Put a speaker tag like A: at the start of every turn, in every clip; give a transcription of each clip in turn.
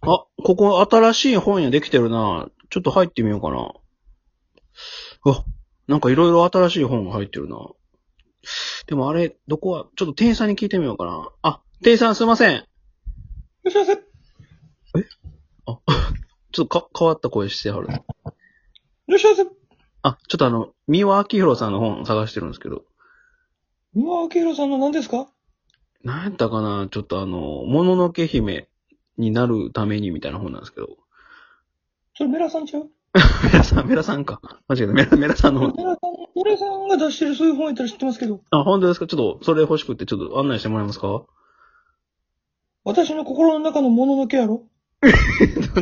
A: ここ新しい本屋できてるな。ちょっと入ってみようかな。あ、なんかいろいろ新しい本が入ってるな。でもあれ、どこは、ちょっと店員さんに聞いてみようかな。あ、店員さんすいません。
B: もしもし
A: あ、ちょっとか変わった声してはる。
B: もしもし
A: あ、ちょっとあの、三輪明宏さんの本探してるんですけど。
B: 三輪明宏さんの何ですか
A: なんやったかなちょっとあの、もののけ姫になるためにみたいな本なんですけど。
B: それメラさんちゃう
A: メラさん、メラさんか。間違えた。メラ、メラさんの本。
B: メラさん、メラさんが出してるそういう本やったら知ってますけど、
A: あ、本当ですかちょっと、それ欲しくて、ちょっと案内してもらえますか
B: 私の心の中のもののけやろ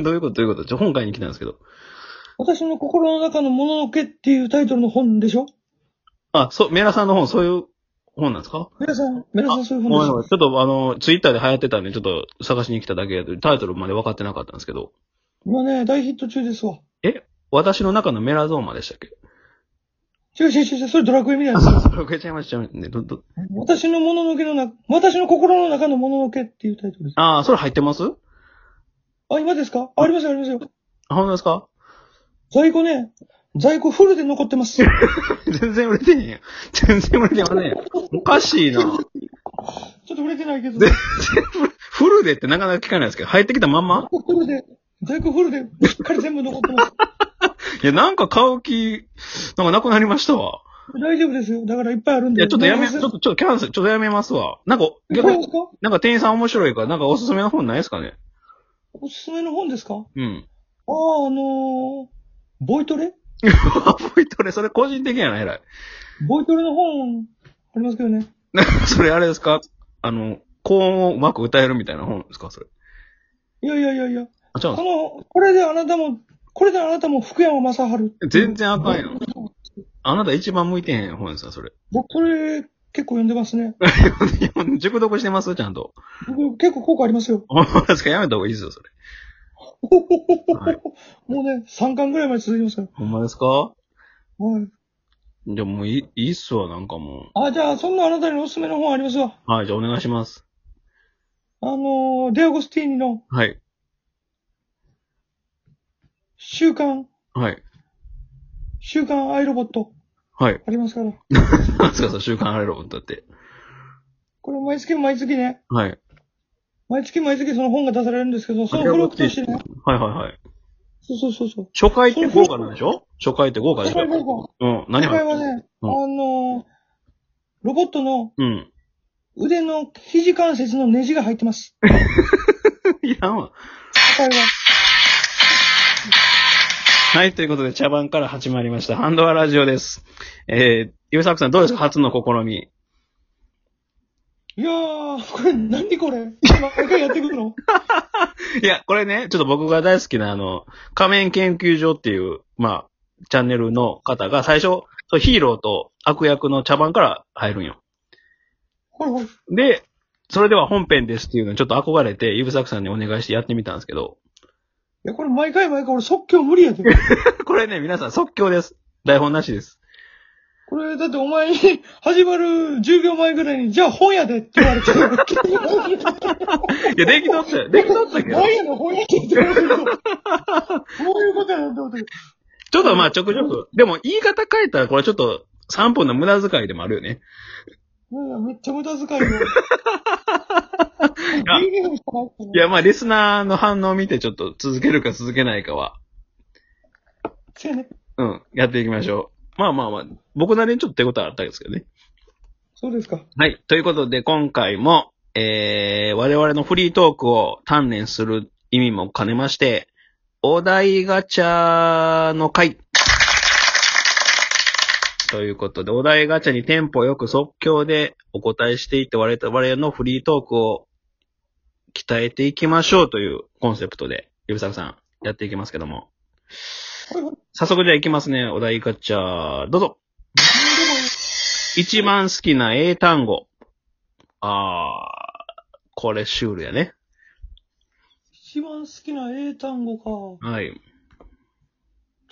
A: どういうことどういうことちょ、本買いに来たんですけど。
B: 私の心の中のもののけっていうタイトルの本でしょ
A: あ、そう、メラさんの本、そういう本なんですか
B: メラさん、メラさんそういう
A: ごめん
B: 本
A: な
B: でし
A: さい
B: ょ
A: ちょっとあの、ツイッターで流行ってたんで、ちょっと探しに来ただけで、タイトルまで分かってなかったんですけど。
B: 今ね、大ヒット中ですわ。
A: 私の中のメラゾーマでしたっけ
B: 違う違う違う違う、それドラクエみたいなや
A: あ、それ受けちゃいましたね。ど、ど、
B: つ。私のもののけのな、私の心の中のもののけっていうタイトルです。
A: あー、それ入ってます
B: あ、今ですかあありますよ、ありますよ。
A: あ、本当ですか
B: 在庫ね、在庫フルで残ってます。
A: 全然売れてへんやん。全然売れてませんやん。おかしいな。
B: ちょっと売れてないけど、
A: フルでってなかなか聞かないですけど、入ってきたまんま
B: フルで、在庫フルで、しっかり全部残ってます。
A: いや、なんか買う気、なんかなくなりましたわ。
B: 大丈夫ですよ。だからいっぱいあるん
A: い
B: で。
A: や、ちょっとやめ、ちょっ
B: っと。
A: と、ちょっとキャンセル、ちょっとやめますわ。なんか、逆
B: そうで
A: に、
B: すか
A: なんか店員さん面白いから、なんかおすすめの本ないですかね
B: おすすめの本ですかああ、
A: うん。
B: あのー、ボイトレ
A: アポイトレ、それ個人的やな、偉い。
B: ボイトレの本、ありますけどね。
A: なんか、それあれですかあの、高音をうまく歌えるみたいな本ですかそれ。
B: いやいやいやいや。
A: あ、ちゃうん
B: こ
A: です
B: の、これであなたも、これであなたも福山雅治。
A: 全然あかんやん。あなた一番向いてへん本ですわ、それ。
B: 僕、それ、結構読んでますね。
A: 熟読してますちゃんと。
B: 僕、結構効果ありますよ。
A: ほんまですかやめた方がいいですよ、それ。はい
B: もうね、3巻ぐらいまで続きますよ。
A: ほんまですか
B: はい。
A: じゃあもういい、いいっすわ、なんかも
B: あ、じゃあ、そんなあなたにおすすめの本ありますわ。
A: う。はい、じゃあお願いします。
B: あのー、デアゴスティーニの
A: はい。
B: 週刊、
A: はい。
B: 週刊アイロボット
A: はい。
B: ありますから。
A: なんですか、その週刊アレロンだって。
B: これ毎月毎月ね、
A: はい。
B: 毎月毎月その本が出されるんですけど、その
A: デア
B: 付
A: ゴス
B: 録
A: ティ
B: と
A: ー
B: してね、
A: はいはいはい。
B: そうそうそうそう。
A: 初回って豪華なんでしょ初回って豪華で
B: 今
A: しょ
B: 回は
A: うん。何入
B: 今回
A: って
B: は
A: る
B: ね、あ
A: うん
B: のー、ロボットの
A: うん。
B: 腕の肘関節のネジが入ってます。
A: いらんわ。
B: 今回は。
A: はい、ということで、茶番から始まりました。ハンドアラジオです。えー、ゆうさくさんどうですか初の試み。
B: いやー、これ、何これ今、一回やってくるの
A: いや、これね、ちょっと僕が大好きな、あの、仮面研究所っていう、まあ、チャンネルの方が最初、そうヒーローと悪役の茶番から入るんよ。
B: ほらほら。
A: で、それでは本編ですっていうのにちょっと憧れて、ゆうさくさんにお願いしてやってみたんですけど、
B: いや、これ毎回毎回俺即興無理やで。
A: これね、皆さん即興です。台本なしです。
B: これ、だってお前に 始まる10秒前ぐらいに、じゃあ本屋でって言わ れて。
A: いや、できとったよ。できとったけど。
B: 本屋の本屋でって言われてる。そういうことやなって思って。
A: ちょっとまあ、ちょくちょく。でも、言い方変えたら、これちょっと、3分の無駄遣いでもあるよね。
B: うんめっちゃ無駄遣 いよ。いいしかない
A: いや、まあ、リスナーの反応を見て、ちょっと続けるか続けないかは、
B: せやね。
A: うん、やっていきましょう。まあまあまあ、僕なりにちょっと手応えあったんですけどね。
B: そうですか。
A: はい。ということで、今回も、えー、我々のフリートークを鍛錬する意味も兼ねまして、お題ガチャの回。ということで、お題ガチャにテンポよく即興でお答えしていって、我々のフリートークを鍛えていきましょうというコンセプトで、ゆうさくさん、やっていきますけども。
B: これ、なんでも
A: 早速じゃあいきますね。お題ガチャ、どうぞ。一番好きな英単語。あー、これシュールやね。
B: 一番好きな英単語か。
A: はい。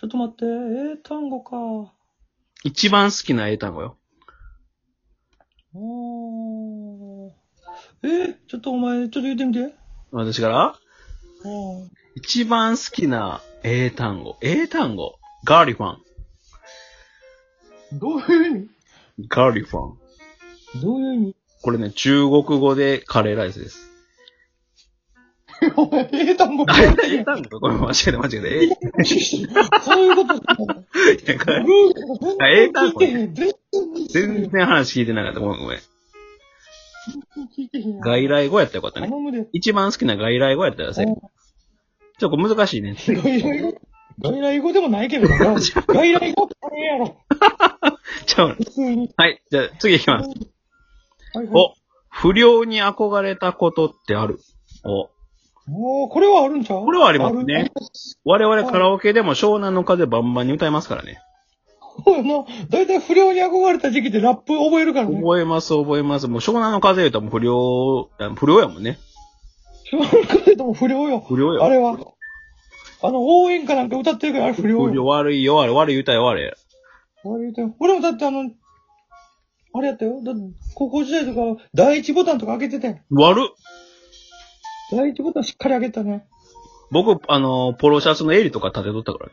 B: ちょっと待って、英単語か。
A: 一番好きな英単語よ。
B: おー。えー、ちょっとお前、ちょっと言ってみて。
A: 私から
B: うん。
A: 一番好きな英単語。英単語ガーリファン。
B: どういう意
A: ガーリファン。
B: 味どういう意味
A: これね、中国語でカレーライスです。
B: お前、 英単語ばっかり
A: 英
B: や
A: 単語これ間違えた間違えた。
B: そういうことだな。
A: 英いやこれあ英単語
B: 聞いてへん。全然
A: 全然話聞いてなかった。ごめんごめん。
B: 聞いてへんやん。
A: 外来語やったらよかったね。
B: 頼むで。
A: 一番好きな外来語やったらせ。ちょっとこれ難しいね。
B: 外来語外来語でも ないけどな。外来語あれやろ。
A: ちゃう。
B: 普通に。
A: はい。じゃあ次行きます。
B: はいはい
A: お、不良に憧れたことってある。お、
B: おーこれはあるんちゃう
A: これはありますね。
B: ある
A: 我々カラオケでも湘南の風バンバンに歌いますからね。
B: そうやな。だいたい不良に憧れた時期でラップ覚えるからね。
A: 覚えます、覚えます。もう湘南の風言うたらもう不良、あ不良やもんね。
B: 小学校でも不良よ。
A: 不良よ。
B: あれは。あの、応援歌なんか歌ってるから、あれ不良
A: 不
B: よ。
A: 良悪いよ、あれ悪い歌よ、あれ。
B: あれ歌う俺もだってあの、あれやったよ。だって高校時代とか、第一ボタンとか開けてたよ。
A: 悪っ
B: 第一ボタンしっかり開けてたね。
A: 僕、あの、ポロシャツの襟とか立てとったからね。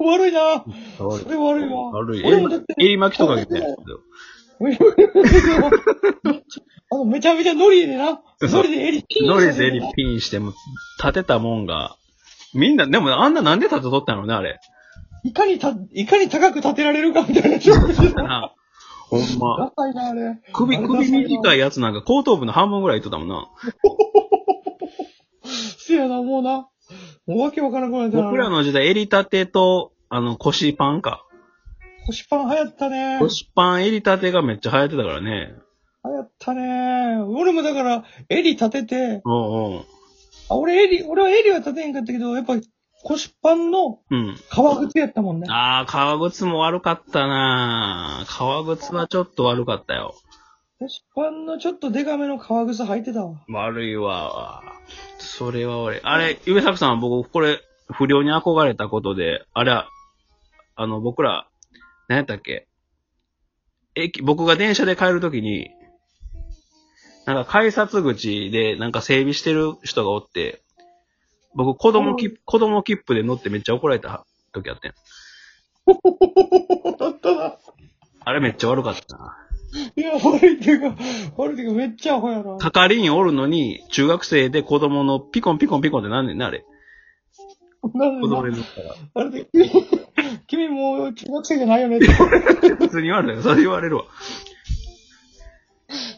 B: 悪いな。
A: 悪
B: それ悪いわ。
A: 悪い。
B: 俺もだって、
A: 襟巻きとかみたいな。
B: あの、めちゃめちゃノリでな。ノリで襟。
A: ノリで襟ピンしても、立てたもんが、みんな、でもあんななんで立てとったのね、あれ。
B: いかにた、いかに高く立てられるかみたいな。ダ
A: なほんま。
B: サいな、あれ。
A: 首、首短いやつなんか後頭部の半分ぐらいいっとったもんな。
B: せやな、もうな。もうわけわからなくなったな。
A: 僕らの時代、襟立てと、あの、腰パンか。
B: 腰パン流行ったね。
A: 腰パン、襟立てがめっちゃ流行ってたからね。
B: 流行ったね。俺もだから、襟立てて、
A: うんうん。
B: あ、俺襟、俺は襟は立てへんかったけど、やっぱ腰パンの
A: うん。
B: 革靴やったもんね。
A: ああ、革靴も悪かったな革靴はちょっと悪かったよ。
B: 腰パンのちょっとデカめの革靴履いてたわ。
A: 悪いわ。それは俺。あれ、ゆべさくさん、僕、これ、不良に憧れたことで、あれ、あの、僕ら、何やったっけ駅、僕が電車で帰るときに、なんか改札口で、なんか整備してる人がおって、僕、子供き、子供切符で乗ってめっちゃ怒られた時あってん。
B: だったな。
A: あれめっちゃ悪かったな。
B: いや、悪いっていうか、悪いっていうか、めっちゃアホやな。
A: 係員おるのに、中学生で子供のピコンピコンピコンってなんねんな、あれ。
B: なん
A: 子供
B: で
A: に
B: な、
A: 乗ったら。
B: あれで、君君もう中学生じゃないよねって。
A: 普通に言われたよ。それ言われるわ。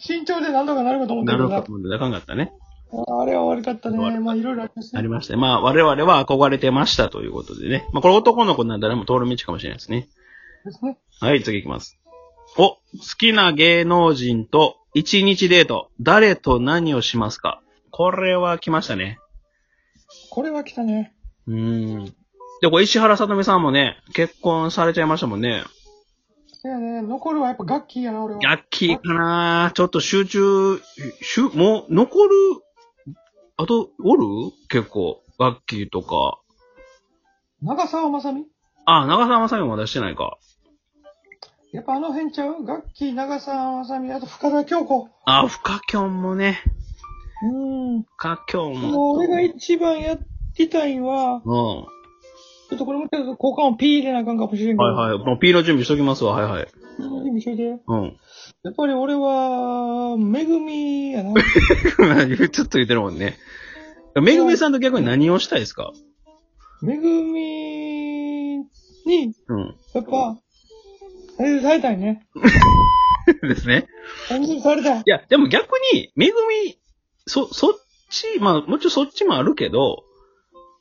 B: 身長でなんとかなるかと思った
A: な
B: け
A: る
B: ど
A: ほど。
B: な。
A: あかんかったね。
B: あれは悪かったね。
A: 悪
B: まあ、いろいろありました
A: あり。
B: ね
A: ました。まあ、我々は憧れてましたということでね。まあ、これ男の子なんだらもう通る道かもしれないですね。
B: ですね。
A: はい、次行きます。お、好きな芸能人と一日デート、誰と何をしますかこれは来ましたね。
B: これは来たね。
A: うーん。で、これ石原さとみさんもね、結婚されちゃいましたもんね。
B: いやね、残るはやっぱガッキーやな、俺は。
A: ラッキーかなちょっと集中、しゅ、もう、残る、あと、おる結構。ラッキーとか。
B: 長澤まさみ
A: あ、長澤まさみも出してないか。
B: やっぱあの辺ちゃうガッキー、長澤まさみ、あと深田恭子。
A: あ、フカキョンもね。
B: うん。
A: フカキョンも。
B: もう俺が一番やってたいんは、
A: うん。
B: ちょっとこれもちょっと交換をピー入れなあかんかもしれんけど。
A: はいはい。もう P の準備しときますわ。はいはい。
B: い。見せて。や
A: うん。
B: っぱり俺は、めぐみ やな。
A: ちょっと言ってるもんね。めぐみさんと逆に何をしたいですか
B: めぐみに、
A: うん。
B: やっぱ、あれでされたいね。
A: ですね。
B: あれでされたい。
A: いや、でも逆に、めぐみ、そ、そっち、まあ、もちろんそっちもあるけど、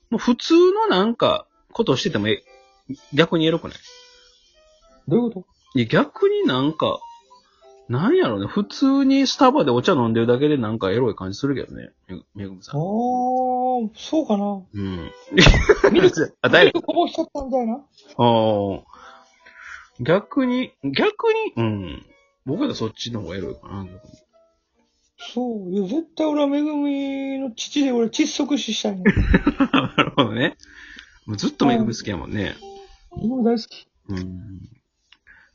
A: もう普通のなんか、ことをしててもえ、逆にエロくない
B: どういうこ
A: いや、逆になんか、なんやろね。普通にスタバでお茶飲んでるだけでなんかエロい感じするけどね。めぐめぐみさん。
B: とああ、そうか な。
A: うん。
B: ミルク、
A: あ、だい
B: ミルクこぼしちゃったみたい な。
A: ああ。逆に、逆に、うん。僕はそっちの方がエロいかな。
B: そう。いや、絶対俺はめぐみの父で俺窒息死したいね。
A: なるほどね。もうずっとめぐみ好きやもんね。
B: 僕大好き。
A: うん。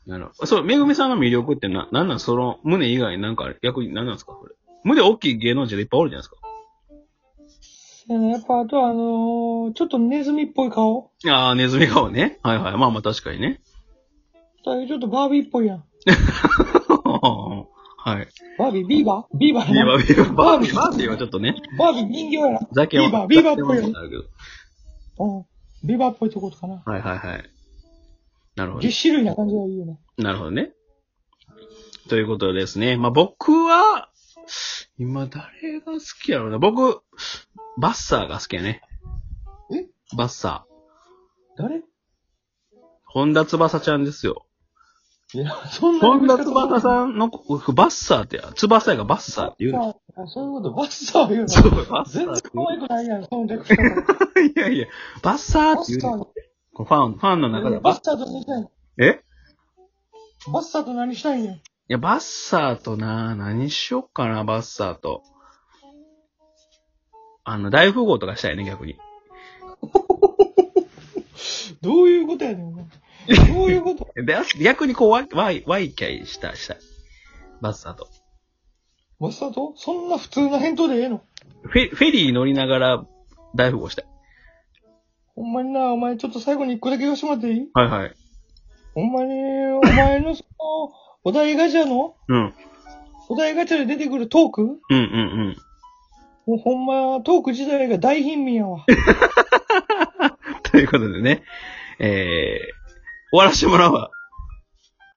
A: なるほど。そう、めぐみさんの魅力ってな、なんなんその、胸以外なんかあれ、逆になんなんですかこれ。胸大きい芸能人でいっぱいおるじゃないですか。
B: せそうやなやっぱ、あとはあのーちょっとネズミっぽい顔。
A: ああ、ネズミ顔ね。はいはい。まあまあ確かにね。
B: ちょっとバービーっぽいやん。
A: はい。
B: バービー、ビーバービーバー
A: ビ
B: や
A: ー
B: な
A: バービーバービーバービーはちょっとね、
B: バービー人形やな。
A: ザケは。
B: ビーバービーバーっぽいよね
A: だけど
B: うん。ビーバーっぽいとことかな。
A: はいはいはい。なるほど
B: ぎっ。しりな感じがいいよね。
A: なるほどね。ということですね。まあ、僕は、今誰が好きやろうな。僕、バッサーが好きやね。
B: え
A: バッサー。
B: 誰
A: 本田翼ちゃんですよ。
B: いや、そんな
A: 本田翼さんの、僕バッサーって、翼やがバッサーって言うの。
B: あそういうこと、バッサー言う
A: そ
B: な。
A: う、バッサ
B: 全
A: ーっ
B: 然可愛くないやん、その略し方。
A: て。いやいや、バッサー
B: バ
A: って言
B: ッ
A: う
B: サ
A: の。
B: ー
A: こうファン、ファンの中では
B: バ
A: バッ
B: ッサーと何したいの
A: え
B: バッサーと何したいんや。
A: いや、バッサーとな、何しよっかな、バッサーと。あの、大富豪とかしたいね、逆に。
B: どういうことやねん、お前。どういう こと
A: で、あ逆にこう、わ、わい、わいきゃいした、したい。バッサーと。
B: バッサーとそんな普通な返答でええの
A: フェ、フェリー乗りながら大富豪したい。
B: ほんまにな、お前ちょっと最後に一個だけ言わせてもらっていい
A: はいはい。
B: ほんまに、お前のその、お題ガチャの、
A: うん。
B: お題ガチャで出てくるトーク
A: うん うん
B: もうほんま、トーク自体が大貧民やわ。
A: うん。ということでね、えー、終わらせてもらうわ。